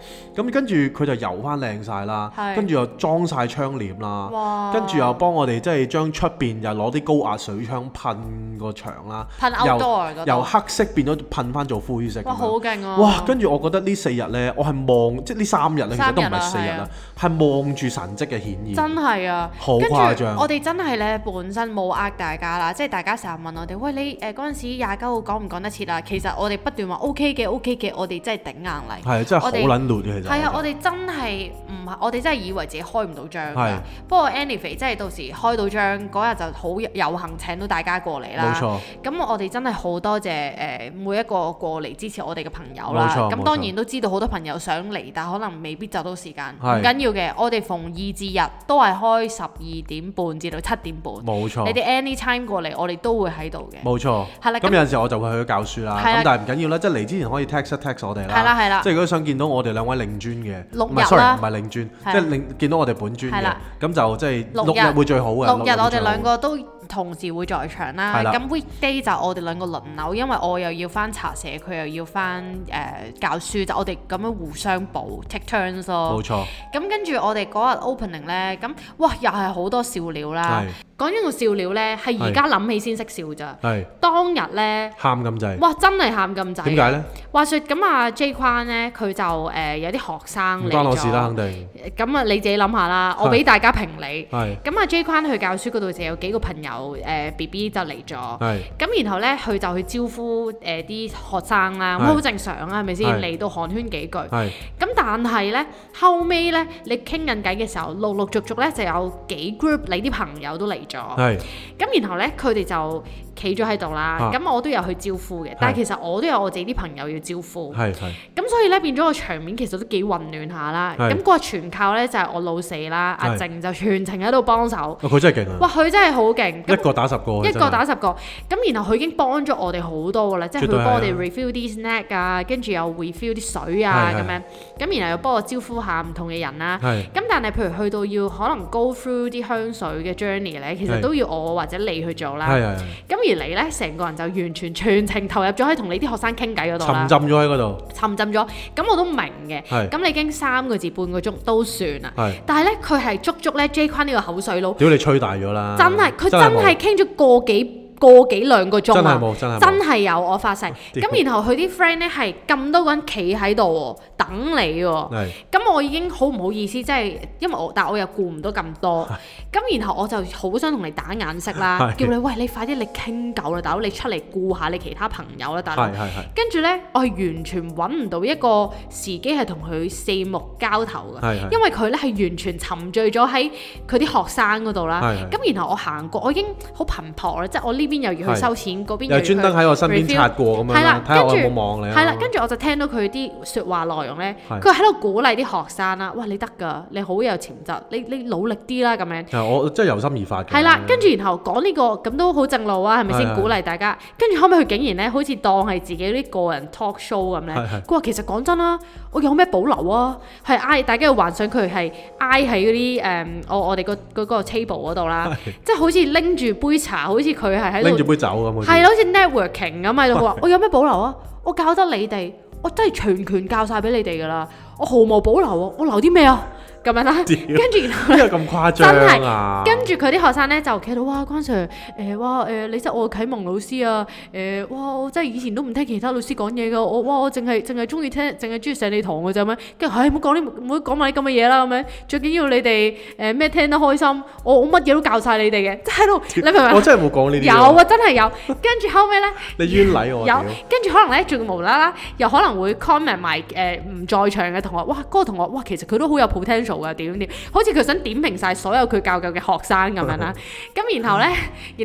Speaker 1: 咁跟住佢就油翻靚晒啦
Speaker 2: 係，
Speaker 1: 跟住又裝晒窗簾啦。
Speaker 2: 哇！
Speaker 1: 跟住又幫我哋即係將出邊又攞啲高壓水槍噴個牆啦，
Speaker 2: 噴 outdoor 嗰
Speaker 1: 由由
Speaker 2: 度，
Speaker 1: 黑色變咗噴翻做灰色咁
Speaker 2: 哇，好
Speaker 1: 樣。
Speaker 2: 勁啊！
Speaker 1: 哇！跟住我覺得呢四日呢，我係望即係呢三日咧，其實都唔
Speaker 2: 三
Speaker 1: 係
Speaker 2: 日啊
Speaker 1: 四日啦
Speaker 2: 係啊，
Speaker 1: 係望住神跡嘅顯現。
Speaker 2: 真係啊！
Speaker 1: 好
Speaker 2: 跟住
Speaker 1: 誇張
Speaker 2: 我哋真係咧本身冇呃大家啦，即係大家成日問我哋，喂你誒嗰陣時廿九號講唔講得切啊？其實我哋不斷話 OK 嘅 OK 嘅，我哋真係頂硬嚟。
Speaker 1: 係真係好
Speaker 2: 我哋
Speaker 1: 撚亂嘅，其實
Speaker 2: 係啊，我哋真係唔係，我哋真係以為自己開唔到
Speaker 1: 係
Speaker 2: 張㗎。不過 anyway，即係到時開到張嗰日就好有幸請到大家過嚟啦。
Speaker 1: 冇錯，
Speaker 2: 咁我哋真係好多謝誒、呃每一個過嚟支持我哋嘅朋友啦
Speaker 1: 冇。錯
Speaker 2: 咁
Speaker 1: 冇
Speaker 2: 當
Speaker 1: 錯
Speaker 2: 然都知道好多朋友想嚟，但可能未必就到時間。唔
Speaker 1: 係
Speaker 2: 緊要嘅，我哋逢二至日都係開十二點半至到七點半。
Speaker 1: 冇
Speaker 2: 你
Speaker 1: 錯，
Speaker 2: 哋 anytime 過嚟，我哋都會喺度嘅。
Speaker 1: 冇錯。
Speaker 2: 係啦，
Speaker 1: 咁
Speaker 2: 咁
Speaker 1: 有陣時我就會去教書啦，
Speaker 2: 係啦
Speaker 1: 咁但係唔緊要啦，即係嚟之前可以 text 一 text 我哋
Speaker 2: 係啦
Speaker 1: 啦，
Speaker 2: 係啦
Speaker 1: 即係如果想見到我哋兩位領專嘅，
Speaker 2: 六
Speaker 1: 唔係
Speaker 2: 日
Speaker 1: sorry
Speaker 2: 啦
Speaker 1: 唔係領專，即
Speaker 2: 係
Speaker 1: 係領見到我哋本專
Speaker 2: 係
Speaker 1: 嘅
Speaker 2: 啦，
Speaker 1: 咁就即係
Speaker 2: 六
Speaker 1: 六
Speaker 2: 日
Speaker 1: 日會最好嘅。
Speaker 2: 六日
Speaker 1: 會
Speaker 2: 我
Speaker 1: 最
Speaker 2: 哋
Speaker 1: 好
Speaker 2: 兩個都同時會在場啦。
Speaker 1: 係啦
Speaker 2: 咁 weekday 就我哋兩個輪流，因為我又要翻茶社，佢又要翻誒、呃教書，就我哋咁樣互相補 take turns 咯。
Speaker 1: 冇錯，
Speaker 2: 咁跟住我哋嗰日 opening 呢，咁哇又係好多笑料啦
Speaker 1: 係。
Speaker 2: 講緊個笑料呢，係而家諗起先識笑咋。
Speaker 1: 係
Speaker 2: 當日呢，
Speaker 1: 喊咁滯，
Speaker 2: 哇真係喊咁
Speaker 1: 點
Speaker 2: 滯。
Speaker 1: 解呢？
Speaker 2: 話說咁啊 J 框呢，佢就誒、呃有啲學生
Speaker 1: 唔
Speaker 2: 嚟
Speaker 1: 關我事啦，肯。
Speaker 2: 咗
Speaker 1: 定
Speaker 2: 咁啊你自己諗下啦，我俾大家評理。
Speaker 1: 係
Speaker 2: 咁啊 J 框去教書嗰度就有幾個朋友誒 B B 就嚟咗。
Speaker 1: 係
Speaker 2: 咁然後呢，佢就去招呼誒啲、學生啦，咁
Speaker 1: 係
Speaker 2: 好正常啊，係咪先？
Speaker 1: 係
Speaker 2: 嚟到寒暄幾句。
Speaker 1: 係
Speaker 2: 咁但係呢，後尾呢，你傾緊偈嘅時候，陸陸續續呢就有幾 group 你啲朋友都嚟咗，
Speaker 1: 係
Speaker 2: 咁然後呢，佢哋就企咗喺度啦。
Speaker 1: 啊
Speaker 2: 咁、我都有去招呼嘅，但係其實我都有我自己啲朋友要招呼。
Speaker 1: 係係
Speaker 2: 咁所以呢，變咗個場面其實都幾混亂下啦。
Speaker 1: 係
Speaker 2: 咁嗰個全靠呢，就係、我老四啦，阿
Speaker 1: 係
Speaker 2: 靜就全程喺度幫手。
Speaker 1: 哦佢真係勁啊！
Speaker 2: 哇！佢真係好勁，
Speaker 1: 一
Speaker 2: 咁
Speaker 1: 個打十個，
Speaker 2: 一
Speaker 1: 真係
Speaker 2: 個打十個，咁然後佢已經幫咗我哋好多噶啦，即係
Speaker 1: 絕對係
Speaker 2: 佢幫我
Speaker 1: 啊
Speaker 2: 哋 refill 啲 snack 啊，跟住又 refill 啲水啊
Speaker 1: 係係
Speaker 2: 咁樣，咁然後又幫我招呼下唔同嘅人啦。
Speaker 1: 係
Speaker 2: 咁但係譬如去到要可能 go through 啲香水嘅 journey 咧，其實
Speaker 1: 係
Speaker 2: 都要我或者你去做啦。
Speaker 1: 係係係
Speaker 2: 咁而你咧，成個人就完全全程投入咗喺同你啲學生傾偈嗰度啦
Speaker 1: 沉，浸咗喺嗰度，
Speaker 2: 沉浸咗。咁我都明嘅。
Speaker 1: 係
Speaker 2: 咁你經三個字半個鐘都算啦。
Speaker 1: 係
Speaker 2: 但係咧，佢係足足咧 J 坤呢個口水佬。
Speaker 1: 屌你吹大咗啦！
Speaker 2: 真係佢真
Speaker 1: 啊冇
Speaker 2: 係傾咗個幾個幾兩個鐘
Speaker 1: 真係
Speaker 2: 啊！
Speaker 1: 冇，真係冇
Speaker 2: 真係有我發誓，
Speaker 1: [LAUGHS]
Speaker 2: 咁然後佢啲 friend 咧係咁多個人企喺度喎，等你
Speaker 1: [LAUGHS]
Speaker 2: 喎，
Speaker 1: 係
Speaker 2: 咁我已經好唔好意思，即係因為我，但我又顧唔到咁多，
Speaker 1: [LAUGHS]
Speaker 2: 咁然後我就好想同你打眼色啦，
Speaker 1: 係
Speaker 2: 叫你喂你快啲你傾夠啦，大佬你出嚟顧下你其他朋友啦，大佬
Speaker 1: 係。係係
Speaker 2: 跟住呢，我係完全揾唔到一個時機係同佢四目交投嘅，
Speaker 1: 係係
Speaker 2: 因為佢呢係完全沉醉咗喺佢啲學生嗰度啦。
Speaker 1: 係係
Speaker 2: 咁然後我行過，我已經好頻撲啦，即係我呢邊又要去收錢，嗰邊
Speaker 1: 又專登喺我身邊
Speaker 2: 擦。
Speaker 1: 擦過咁樣
Speaker 2: 係啦
Speaker 1: 啦，睇下我有
Speaker 2: 跟
Speaker 1: 冇
Speaker 2: 住
Speaker 1: 望你啊。
Speaker 2: 係啦，跟住我就聽到佢啲説話內容咧，
Speaker 1: 係
Speaker 2: 佢喺度鼓勵啲學生啦，哇你得㗎，你好有潛質，你你努力啲啦咁樣。
Speaker 1: 係我真係由心而發嘅。
Speaker 2: 係啦，跟住然後講呢、個咁都好正路啊，係咪
Speaker 1: 係
Speaker 2: 先
Speaker 1: 係
Speaker 2: 鼓勵大家？跟住後尾佢竟然咧，好似當係自己啲個人 talk show 咁咧
Speaker 1: 係係。
Speaker 2: 佢話其實講真啦，我有咩保留啊？係挨大家要幻想佢係挨喺嗰啲誒，我我哋個嗰個 table 嗰度啦，即係好似拎住杯茶，好似佢係喺
Speaker 1: 拎
Speaker 2: 度
Speaker 1: 住杯酒咁好似。
Speaker 2: 係啦，好似 networking 咁喺度。佢
Speaker 1: [LAUGHS]
Speaker 2: 話我有咩保留啊？我教得你哋，我真係全權教晒俾你哋㗎啦，我毫無保留啊！我留啲咩啊？咁樣啦，跟
Speaker 1: [LAUGHS] 屌
Speaker 2: 住然後咧
Speaker 1: 邊。有咁誇張啊？
Speaker 2: 跟住佢啲學生咧就企到哇，關 Sir，誒、哇誒、你真係我嘅啟蒙老師啊！誒、哇，我真係以前都唔聽其他老師講嘢噶，我哇我淨係淨係中意聽，淨係中意上你堂嘅啫咁樣。跟住唉，唔好講啲唔好講埋啲咁嘅嘢啦咁樣。最緊要你哋誒咩聽得開心，我我乜嘢都教晒你哋嘅，即係喺度你明唔明
Speaker 1: 我
Speaker 2: 啊？
Speaker 1: 真係冇講呢啲
Speaker 2: 有
Speaker 1: 喎。
Speaker 2: 啊，真係有。跟住後尾咧。
Speaker 1: 你冤禮我。
Speaker 2: 有
Speaker 1: 屌，
Speaker 2: 跟住可能咧，仲無啦啦，又可能會 comment 埋誒唔在場嘅同學，哇，嗰、個同學，哇，其實佢都好有 potential 噶，點點點，好似佢想點評晒所有佢教嘅嘅學生咁樣啦。咁然後咧，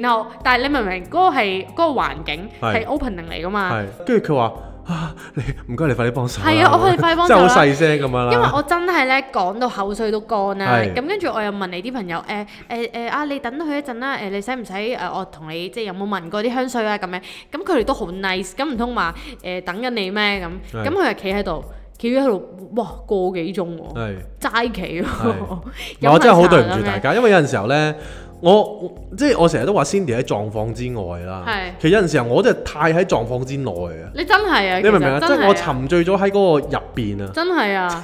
Speaker 2: 然後但係你明唔明嗰個係嗰、個環境
Speaker 1: 係
Speaker 2: 係 opening 嚟噶嘛？
Speaker 1: 係，跟住佢話啊，你唔該，你快啲幫手啦。
Speaker 2: 係啊我可以快啲幫手
Speaker 1: 真係
Speaker 2: 啦
Speaker 1: 好細聲咁樣啦。
Speaker 2: 因為我真係咧講到口水都乾啦，
Speaker 1: 係
Speaker 2: 咁跟住我又問你啲朋友，誒誒誒啊，你等佢一陣啦，誒、你使唔使誒我同你即係有冇聞過啲香水啊咁樣？咁佢哋都好 nice，咁唔通話誒等緊你咩咁？
Speaker 1: 係
Speaker 2: 咁佢又企喺度，企喺度，哇個幾鐘喎，
Speaker 1: 係。
Speaker 2: 齋企 [LAUGHS]
Speaker 1: 係
Speaker 2: 喎，
Speaker 1: 嗱我真係好對唔
Speaker 2: 飲
Speaker 1: 住大
Speaker 2: 下茶啊咁樣，
Speaker 1: 家，因為有陣時候呢，我我即係我成日都話 Cindy 喺狀況之外啦
Speaker 2: 係。
Speaker 1: 其實有陣時候我真係太喺狀況之內啊！
Speaker 2: 你真係啊，
Speaker 1: 你明唔明啊？
Speaker 2: 其
Speaker 1: 即
Speaker 2: 實
Speaker 1: 係我
Speaker 2: 真係啊
Speaker 1: 沉醉咗喺嗰個入邊啊！
Speaker 2: [LAUGHS] 真係啊，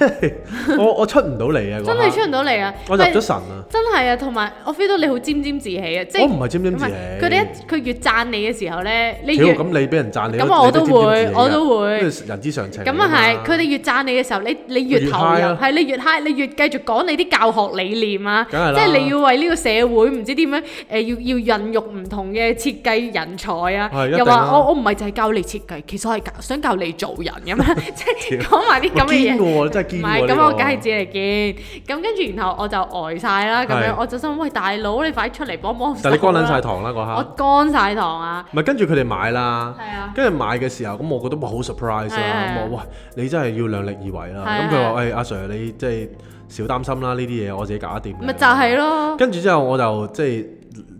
Speaker 1: 我我出唔到嚟啊！ [LAUGHS] 嗰
Speaker 2: 真
Speaker 1: 刻
Speaker 2: 係出唔到嚟啊！
Speaker 1: 我入咗神啊！
Speaker 2: 真係啊，同埋我 feel 到你好沾沾自喜啊，即
Speaker 1: 我
Speaker 2: 係
Speaker 1: 唔係沾沾
Speaker 2: 唔
Speaker 1: 自
Speaker 2: 係
Speaker 1: 喜。
Speaker 2: 佢哋一佢越讚你嘅時候咧，你
Speaker 1: 屌
Speaker 2: 越
Speaker 1: 咁你俾人讚你，
Speaker 2: 咁我
Speaker 1: 你
Speaker 2: 都
Speaker 1: 沾沾自
Speaker 2: 會
Speaker 1: 喜㗎
Speaker 2: 我都會
Speaker 1: 因為啊人之常情嚟㗎
Speaker 2: 咁
Speaker 1: 嘛。
Speaker 2: 啊係，佢哋越讚你嘅時候，你你越
Speaker 1: 越
Speaker 2: 投
Speaker 1: high
Speaker 2: 入，
Speaker 1: 啊
Speaker 2: 係你越 high，你越繼續講你啲教學理念啊，即
Speaker 1: 梗係啦
Speaker 2: 係你要為呢個社會唔知點樣誒、要要孕育唔同嘅設計人才啊，
Speaker 1: 係一定
Speaker 2: 又話
Speaker 1: 啦
Speaker 2: 我我唔係就係教你設計，其實我係教想教你做人咁樣，
Speaker 1: [LAUGHS]
Speaker 2: 即係講埋啲咁
Speaker 1: 哇堅
Speaker 2: 嘅嘢。
Speaker 1: 喎，真係堅
Speaker 2: 唔
Speaker 1: 喎。
Speaker 2: 係，
Speaker 1: 呢
Speaker 2: 咁
Speaker 1: 個
Speaker 2: 我梗係只嚟見，咁跟住然後我就呆晒啦，咁樣
Speaker 1: 係
Speaker 2: 我就心諗喂大佬，你快啲出嚟幫幫手
Speaker 1: 但係你乾撚晒
Speaker 2: 啦，
Speaker 1: 堂啦嗰
Speaker 2: 我
Speaker 1: 下。
Speaker 2: 乾晒堂啊，
Speaker 1: 咪跟住佢哋買啦
Speaker 2: 係啊，
Speaker 1: 跟住買嘅時候，咁我覺得哇好 surprise
Speaker 2: 係
Speaker 1: 啦，
Speaker 2: 啊係啊
Speaker 1: 咁我哇你真係要量力而為啦。
Speaker 2: 係啊
Speaker 1: 咁佢
Speaker 2: 係
Speaker 1: 話：，誒阿 Sir 你即係少擔心啦，呢啲嘢我自己搞得掂嘅。
Speaker 2: 咪就係咯，
Speaker 1: 跟住之後我就即係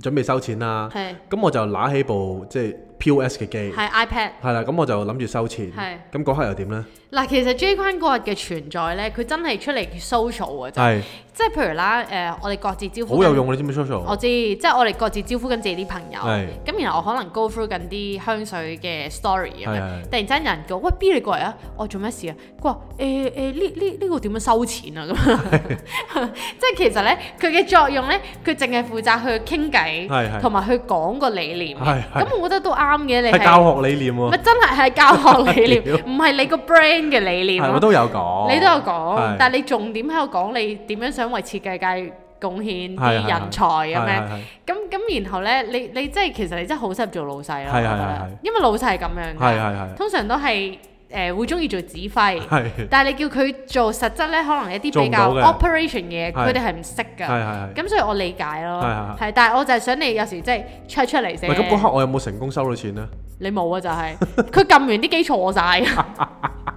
Speaker 1: 準備收錢啦，
Speaker 2: 係
Speaker 1: 咁我就揦起部即係 POS 嘅機，
Speaker 2: 係 iPad。
Speaker 1: 係啦，咁我就諗住收錢
Speaker 2: 係，
Speaker 1: 咁嗰刻又點呢？
Speaker 2: 嗱，其實 J 君嗰日嘅存在咧，佢真係出嚟 social 嘅啫，
Speaker 1: 係
Speaker 2: 即係譬如啦，誒、我哋各自招呼，
Speaker 1: 好有，用，你知唔知
Speaker 2: 我
Speaker 1: social？
Speaker 2: 知，即係我哋各自招呼緊自己啲朋友啊
Speaker 1: 係，
Speaker 2: 咁然後我可能 go through 緊啲香水嘅 story 咁
Speaker 1: 係
Speaker 2: 樣
Speaker 1: 係，
Speaker 2: 突然之間有人叫我，喂 B 你過嚟啊，我做咩事啊？佢話誒誒呢呢呢個點樣收錢啊咁樣， [LAUGHS] 即係其實咧佢嘅作用咧，佢淨係負責去傾
Speaker 1: 係
Speaker 2: 偈，
Speaker 1: 係
Speaker 2: 同埋去講個理念，
Speaker 1: 係係
Speaker 2: 咁我覺得都啱嘅，你
Speaker 1: 係
Speaker 2: 係
Speaker 1: 教學理念
Speaker 2: 咪
Speaker 1: 喎，
Speaker 2: 真係係教學理
Speaker 1: [LAUGHS] 屌
Speaker 2: 念，唔係你個 brand 嘅理念啊
Speaker 1: 係
Speaker 2: 咯
Speaker 1: 我。都有講，
Speaker 2: 你都有講
Speaker 1: 哦係，
Speaker 2: 但係你重點喺度講你點樣想為設計界貢獻啲
Speaker 1: 係係
Speaker 2: 人才咁
Speaker 1: 係
Speaker 2: 樣。
Speaker 1: 係係
Speaker 2: 咁咁然後咧，你你即係其實你真係好適合做老細咯，我
Speaker 1: 係係
Speaker 2: 覺
Speaker 1: 係
Speaker 2: 得
Speaker 1: 係
Speaker 2: 因為老細係咁樣
Speaker 1: 係
Speaker 2: 㗎，
Speaker 1: 係係
Speaker 2: 通常都係誒會中意做指揮，
Speaker 1: 係係
Speaker 2: 但係你叫佢做實質咧，可能一啲
Speaker 1: 做
Speaker 2: 比
Speaker 1: 唔
Speaker 2: 較
Speaker 1: 到嘅
Speaker 2: operation 嘅嘢，
Speaker 1: 係
Speaker 2: 佢哋係唔識
Speaker 1: 係
Speaker 2: 㗎。
Speaker 1: 係。
Speaker 2: 咁所以我理解咯
Speaker 1: 係係，係
Speaker 2: 係，但係我就係想你有時即係 check 出嚟
Speaker 1: 唔係咁嗰
Speaker 2: 啫，
Speaker 1: 刻我有冇成功收到錢呢？
Speaker 2: 你冇啊就係， [LAUGHS] 佢撳完啲機錯晒， [LAUGHS]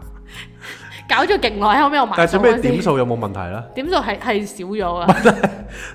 Speaker 2: 搞咗勁耐，後尾我買
Speaker 1: 但係最
Speaker 2: 餸
Speaker 1: 尾
Speaker 2: 嗰陣時
Speaker 1: 點數有冇問題呢？
Speaker 2: 點數係係少咗
Speaker 1: [LAUGHS]
Speaker 2: 啊！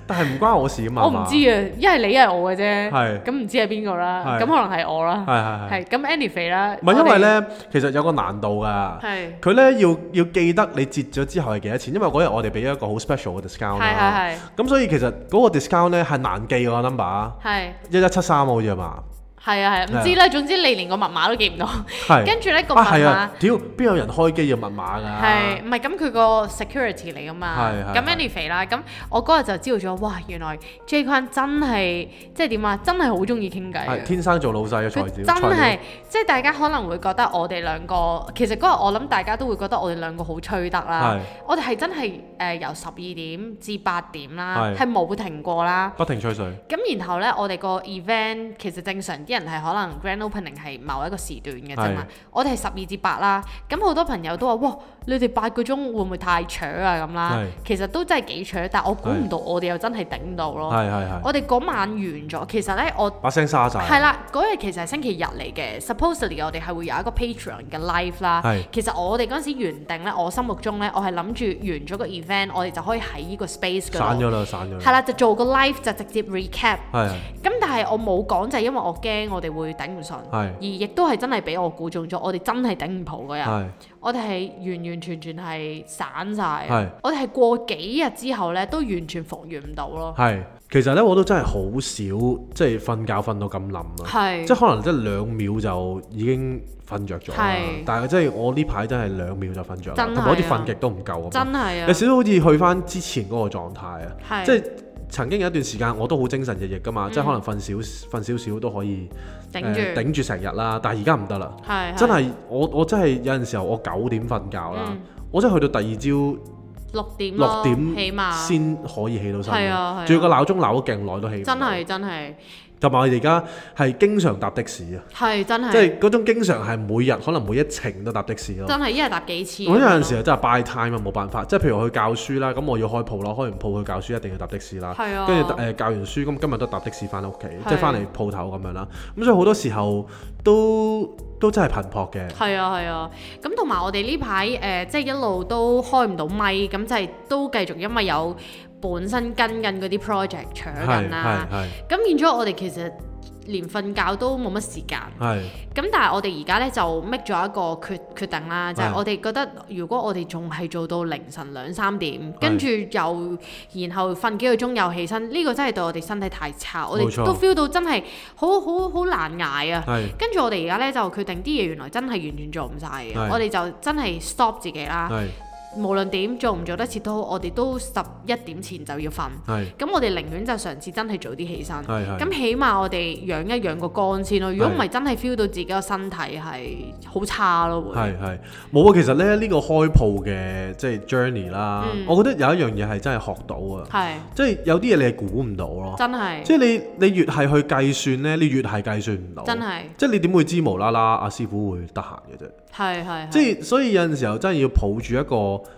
Speaker 1: 但係唔關我事啊嘛，
Speaker 2: 我唔知
Speaker 1: 係
Speaker 2: 啊，一係你一係我嘅啫，
Speaker 1: 係
Speaker 2: 咁唔知係邊個啦，
Speaker 1: 係
Speaker 2: 咁可能係我啦，
Speaker 1: 係係。
Speaker 2: 啊係咁 anyway 啦。
Speaker 1: 唔係因為
Speaker 2: 我哋
Speaker 1: 呢，其實有個難度㗎。
Speaker 2: 係
Speaker 1: 佢呢要要記得你折咗之後係幾多錢，因為嗰日我哋俾咗一個好 special 嘅 discount
Speaker 2: 係
Speaker 1: 啦。
Speaker 2: 係係
Speaker 1: 咁所以其實嗰個 discount 呢係難記個 number，
Speaker 2: 係
Speaker 1: 一一七三啊好似係嘛？
Speaker 2: 係啊係啊，唔知啦。總之你連個密碼都記唔到，
Speaker 1: 係。
Speaker 2: 跟住咧個密
Speaker 1: 啊係
Speaker 2: 碼
Speaker 1: 啊，屌邊有人開機要密碼㗎？
Speaker 2: 係唔係咁佢個 security 嚟噶嘛
Speaker 1: 啊係？係
Speaker 2: 咁
Speaker 1: 係
Speaker 2: anyway 啦，咁我嗰日就知道咗，哇！原來 J 君真係即係點啊，真係好中意傾偈
Speaker 1: 係
Speaker 2: 嘅。
Speaker 1: 天生做老細嘅才
Speaker 2: 佢
Speaker 1: 子，
Speaker 2: 真
Speaker 1: 才
Speaker 2: 係
Speaker 1: 料，
Speaker 2: 即係大家可能會覺得我哋兩個，其實嗰日我諗大家都會覺得我哋兩個好吹得啦
Speaker 1: 係。
Speaker 2: 我哋係真係誒、呃由十二點至八點啦，
Speaker 1: 係
Speaker 2: 係冇停過啦。
Speaker 1: 不停吹水。
Speaker 2: 咁然後呢，我哋個 event 其實正常啲人人係可能 grand opening 係某一個時段嘅啫嘛，我哋係十二至八啦，咁好多朋友都話：哇，你哋八個鐘會唔會太扯啊咁啦
Speaker 1: 係？
Speaker 2: 其實都真係幾扯，但我估唔到我哋又真係頂到咯。
Speaker 1: 係係係，
Speaker 2: 哦我哋嗰晚完咗，其實呢，我
Speaker 1: 把聲沙晒，
Speaker 2: 係啦，嗰日其實係星期日嚟嘅，supposedly 我哋係會有一個 Patreon 嘅 live 啦
Speaker 1: 係。
Speaker 2: 其實我哋嗰陣時原定呢，我心目中呢，我係諗住完咗個 event，我哋就可以喺呢個 space 嗰
Speaker 1: 散咗
Speaker 2: 度，
Speaker 1: 啦，散咗啦。
Speaker 2: 係啦，就做個 live 就直接 recap。
Speaker 1: 係，係
Speaker 2: 咁但係我冇講就係因為我驚我哋會頂唔順，
Speaker 1: 係
Speaker 2: 而亦都係真係俾我估中咗，我哋真係頂唔蒲嗰日，
Speaker 1: 係
Speaker 2: 我哋係完完全全係散晒
Speaker 1: 係，
Speaker 2: 我哋係過幾日之後呢，都完全復原唔到咯，
Speaker 1: 係。其實咧，我都真係好少即係瞓覺瞓到咁冧啊，
Speaker 2: 係
Speaker 1: 即係可能即係兩秒就已經瞓着咗啦
Speaker 2: 係。
Speaker 1: 但係即係我呢排真係兩秒就瞓着啦，
Speaker 2: 真係啊
Speaker 1: 同埋我啲瞓極都唔夠啊嘛。
Speaker 2: 真係
Speaker 1: 有
Speaker 2: 啊，
Speaker 1: 少少好似去翻之前嗰個狀態啊，
Speaker 2: 係嗯
Speaker 1: 即係曾經有一段時間我都好精神奕奕噶嘛，即係可能瞓少瞓少少都可以
Speaker 2: 頂
Speaker 1: 呃
Speaker 2: 住，嗯
Speaker 1: 頂住成日啦，但係而家唔得啦，
Speaker 2: 係
Speaker 1: 真
Speaker 2: 係
Speaker 1: 係我我真係有陣時候我九點瞓覺啦，
Speaker 2: 嗯
Speaker 1: 我真係去到第二朝
Speaker 2: 六點
Speaker 1: 六
Speaker 2: 咯，
Speaker 1: 點
Speaker 2: 起碼
Speaker 1: 先可以起到身
Speaker 2: 係啊係
Speaker 1: 嘅，
Speaker 2: 啊
Speaker 1: 仲要個鬧鐘鬧咗勁耐都起唔到
Speaker 2: 真係真係
Speaker 1: 同埋我哋而家係經常搭的士啊，
Speaker 2: 係真
Speaker 1: 即
Speaker 2: 係
Speaker 1: 係嗰種經常係每日可能每一程都搭的士咯。
Speaker 2: 真係一日搭幾次咁樣
Speaker 1: 我
Speaker 2: 咯，
Speaker 1: 有陣時係真係 by time 啊，冇辦法。即係譬如我去教書啦，咁我要開鋪啦，開完鋪去教書一定要搭的士啦。
Speaker 2: 係啊
Speaker 1: 跟住呃誒教完書，咁今日都搭的士翻屋企，
Speaker 2: 係
Speaker 1: 即係翻嚟鋪頭咁樣啦。咁所以好多時候都都真係頻撲嘅。
Speaker 2: 係啊係啊，咁同埋我哋呢排誒，即係一路都開唔到咪，咁就係都繼續因為有本身跟緊嗰啲 project 搶緊
Speaker 1: 係
Speaker 2: 啦
Speaker 1: 係，係
Speaker 2: 咁變咗我哋其實連瞓覺都冇乜時間。
Speaker 1: 係
Speaker 2: 咁但係我哋而家咧就 make 咗一個決決定啦，就係、
Speaker 1: 係
Speaker 2: 我哋覺得如果我哋仲係做到凌晨兩三點，跟住又然後瞓幾個鐘又起身，呢、個真係對我哋身體太差，我
Speaker 1: 冇
Speaker 2: 哋
Speaker 1: 錯
Speaker 2: 都 feel 到真係好好好難捱啊！
Speaker 1: 係
Speaker 2: 跟住我哋而家咧就決定啲嘢原來真係完全做唔晒嘅，
Speaker 1: 係
Speaker 2: 我哋就真係 stop 自己啦。
Speaker 1: 係
Speaker 2: 無論點做唔做得切都好，我哋都十一點前就要瞓。
Speaker 1: 係
Speaker 2: 咁我哋寧願就嘗試真係早啲起身，
Speaker 1: 係係
Speaker 2: 咁起碼我哋養一養個肝先咯。如果唔係真係 feel 到自己個身體係好差咯，會
Speaker 1: 係係冇啊！其實咧呢個開鋪嘅即係 journey 啦，
Speaker 2: 嗯
Speaker 1: 我覺得有一樣嘢係真係學到啊，
Speaker 2: 係
Speaker 1: 即係有啲嘢你係估唔到咯。
Speaker 2: 真係
Speaker 1: 即係你你越係去計算咧，你越係計算唔到。
Speaker 2: 真係
Speaker 1: 即係你點會知無啦啦阿師傅會得閒嘅啫？
Speaker 2: 係係
Speaker 1: 即
Speaker 2: 係
Speaker 1: 係所以有陣時候真係要抱住一個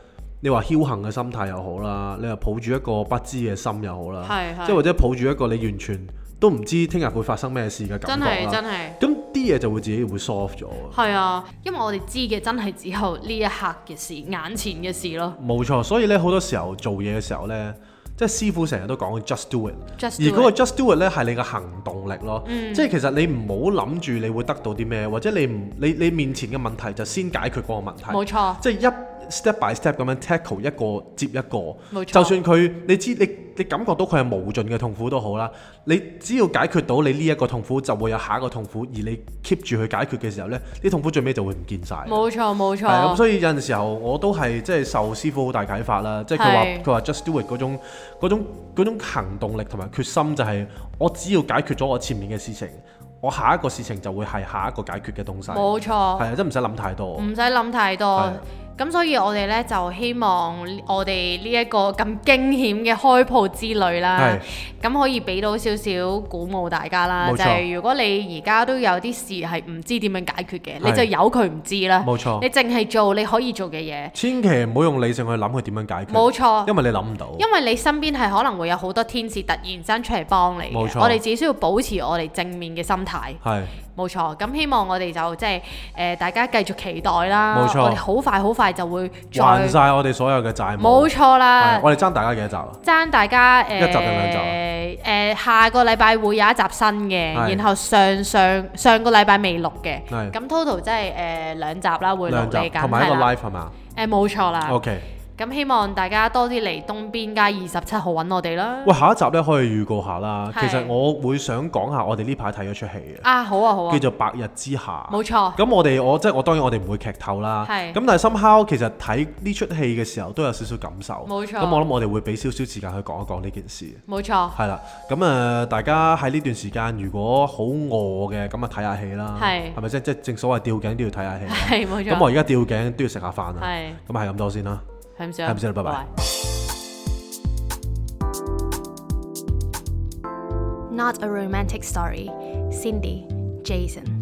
Speaker 1: 你話僥倖嘅心態又好啦，你話抱住一個不知嘅心又好啦，
Speaker 2: 係
Speaker 1: 即係或
Speaker 2: 係
Speaker 1: 者抱住一個你完全都唔知聽日會發生咩事嘅
Speaker 2: 真
Speaker 1: 感覺啊
Speaker 2: 係
Speaker 1: 啦。
Speaker 2: 真係
Speaker 1: 咁啲嘢就會自己會 soft 咗啊。
Speaker 2: 係啊，因為我哋知嘅真係只有呢一刻嘅事，眼前嘅事咯。
Speaker 1: 冇錯，所以咧好多時候做嘢嘅時候咧，即係師傅成日都講 just do it。
Speaker 2: Just
Speaker 1: 而
Speaker 2: do
Speaker 1: 嗰個
Speaker 2: it 嗯
Speaker 1: just do it 咧係你嘅行動力咯，即係其實你唔好諗住你會得到啲咩，或者你唔你你面前嘅問題就先解決嗰個問題，
Speaker 2: 冇錯。
Speaker 1: 即係一 step by step 咁樣 tackle 一個接一個，
Speaker 2: 冇錯
Speaker 1: 就算佢你知你你感覺到佢係無盡嘅痛苦都好啦，你只要解決到你呢一個痛苦，就會有下一個痛苦，而你 keep 住去解決嘅時候呢，啲痛苦最尾就會唔見晒。
Speaker 2: 冇錯冇
Speaker 1: 係啊咁，
Speaker 2: 錯，
Speaker 1: 所以有陣時候我都係即係受師傅好大啟發啦，即係佢話
Speaker 2: 係
Speaker 1: 佢話 just do it 嗰種嗰種嗰種行動力同埋決心就係我只要解決咗我前面嘅事情，我下一個事情就會係下一個解決嘅東西。係
Speaker 2: 冇錯，
Speaker 1: 啊，真係唔使諗太多
Speaker 2: 唔。使諗太
Speaker 1: 係
Speaker 2: 多。咁所以我哋咧就希望我哋呢一個咁驚險嘅開鋪之旅啦
Speaker 1: 係，
Speaker 2: 咁可以俾到少少鼓舞大家啦。
Speaker 1: 冇錯
Speaker 2: 就係如果你而家都有啲事係唔知點樣解決嘅，你
Speaker 1: 係
Speaker 2: 就由佢唔知啦。
Speaker 1: 冇錯
Speaker 2: 你淨係做你可以做嘅嘢。
Speaker 1: 千祈唔好用理性去諗佢點樣解決，
Speaker 2: 冇錯
Speaker 1: 因為你諗唔到。
Speaker 2: 因為你身邊係可能會有好多天使突然之間出嚟幫你嘅，
Speaker 1: 冇錯
Speaker 2: 我哋只需要保持我哋正面嘅心態。
Speaker 1: 係
Speaker 2: 冇錯，咁希望我哋就即係誒、呃大家繼續期待啦。
Speaker 1: 冇錯
Speaker 2: 我哋好快好快就會再
Speaker 1: 還晒我哋所有嘅債務。
Speaker 2: 冇錯
Speaker 1: 係
Speaker 2: 啦。
Speaker 1: 我哋爭大家幾多集啊？
Speaker 2: 爭大家誒、呃
Speaker 1: 一集定兩集啊
Speaker 2: 誒、下個禮拜會有一集新嘅，
Speaker 1: 係
Speaker 2: 然後上上上個禮拜未錄嘅，
Speaker 1: 係
Speaker 2: 咁 total 即係誒兩集啦，會錄
Speaker 1: 兩
Speaker 2: 嚟
Speaker 1: 集
Speaker 2: 緊
Speaker 1: 同埋一個
Speaker 2: 係啦
Speaker 1: live 係嘛
Speaker 2: 誒冇錯啦，
Speaker 1: ？OK，
Speaker 2: 咁希望大家多啲嚟東邊街二十七號揾我哋啦。
Speaker 1: 喂，下一集咧可以預告下啦。其
Speaker 2: 係
Speaker 1: 實我會想講下我哋呢排睇咗出戲嘅。
Speaker 2: 啊，好啊好啊
Speaker 1: 叫，做《白日之下》。
Speaker 2: 冇錯，
Speaker 1: 咁我哋我即係我當然我哋唔會劇透啦。
Speaker 2: 係
Speaker 1: 咁但係 somehow 其實睇呢出戲嘅時候都有少少感受。
Speaker 2: 冇錯
Speaker 1: 咁我諗我哋會俾少少時間去講一講呢件事。
Speaker 2: 冇錯，
Speaker 1: 係啦，咁誒、呃大家喺呢段時間如果好餓嘅，咁啊睇下戲啦。
Speaker 2: 係
Speaker 1: 係咪先？即係正所謂吊頸都要睇下戲啦。
Speaker 2: 係冇
Speaker 1: 咁我
Speaker 2: 錯，
Speaker 1: 而家吊頸都要食下飯啊。
Speaker 2: 係
Speaker 1: 咁係咁多先啦。
Speaker 2: 係唔少，
Speaker 1: 係咁先啦拜
Speaker 2: 啊
Speaker 1: 拜。
Speaker 3: Not a romantic story. Cindy, Jason。